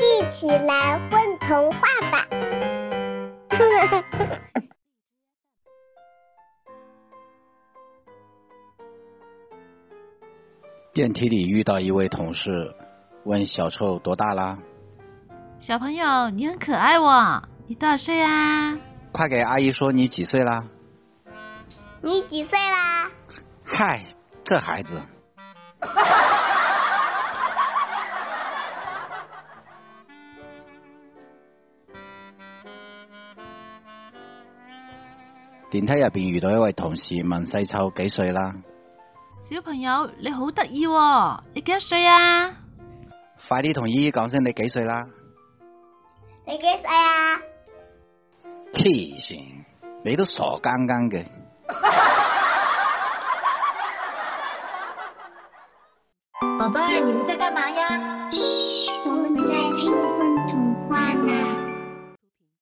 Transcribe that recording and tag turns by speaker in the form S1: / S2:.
S1: 一起来混童话吧！
S2: 电梯里遇到一位同事，问小臭多大啦？
S3: 小朋友，你很可爱哦，你多少岁啊？
S2: 快给阿姨说你几岁啦？
S1: 你几岁啦？
S2: 嗨，这孩子。 電梯入邊遇到一位同事問細臭幾歲啦？
S3: 小朋友，你好得意喎，你幾多歲啊？
S2: 快啲同姨姨講聲你幾歲啦？
S1: 你几岁啊？
S2: 黐線，你都傻更更嘅。
S4: 宝贝儿，你们在干嘛呀？嘘，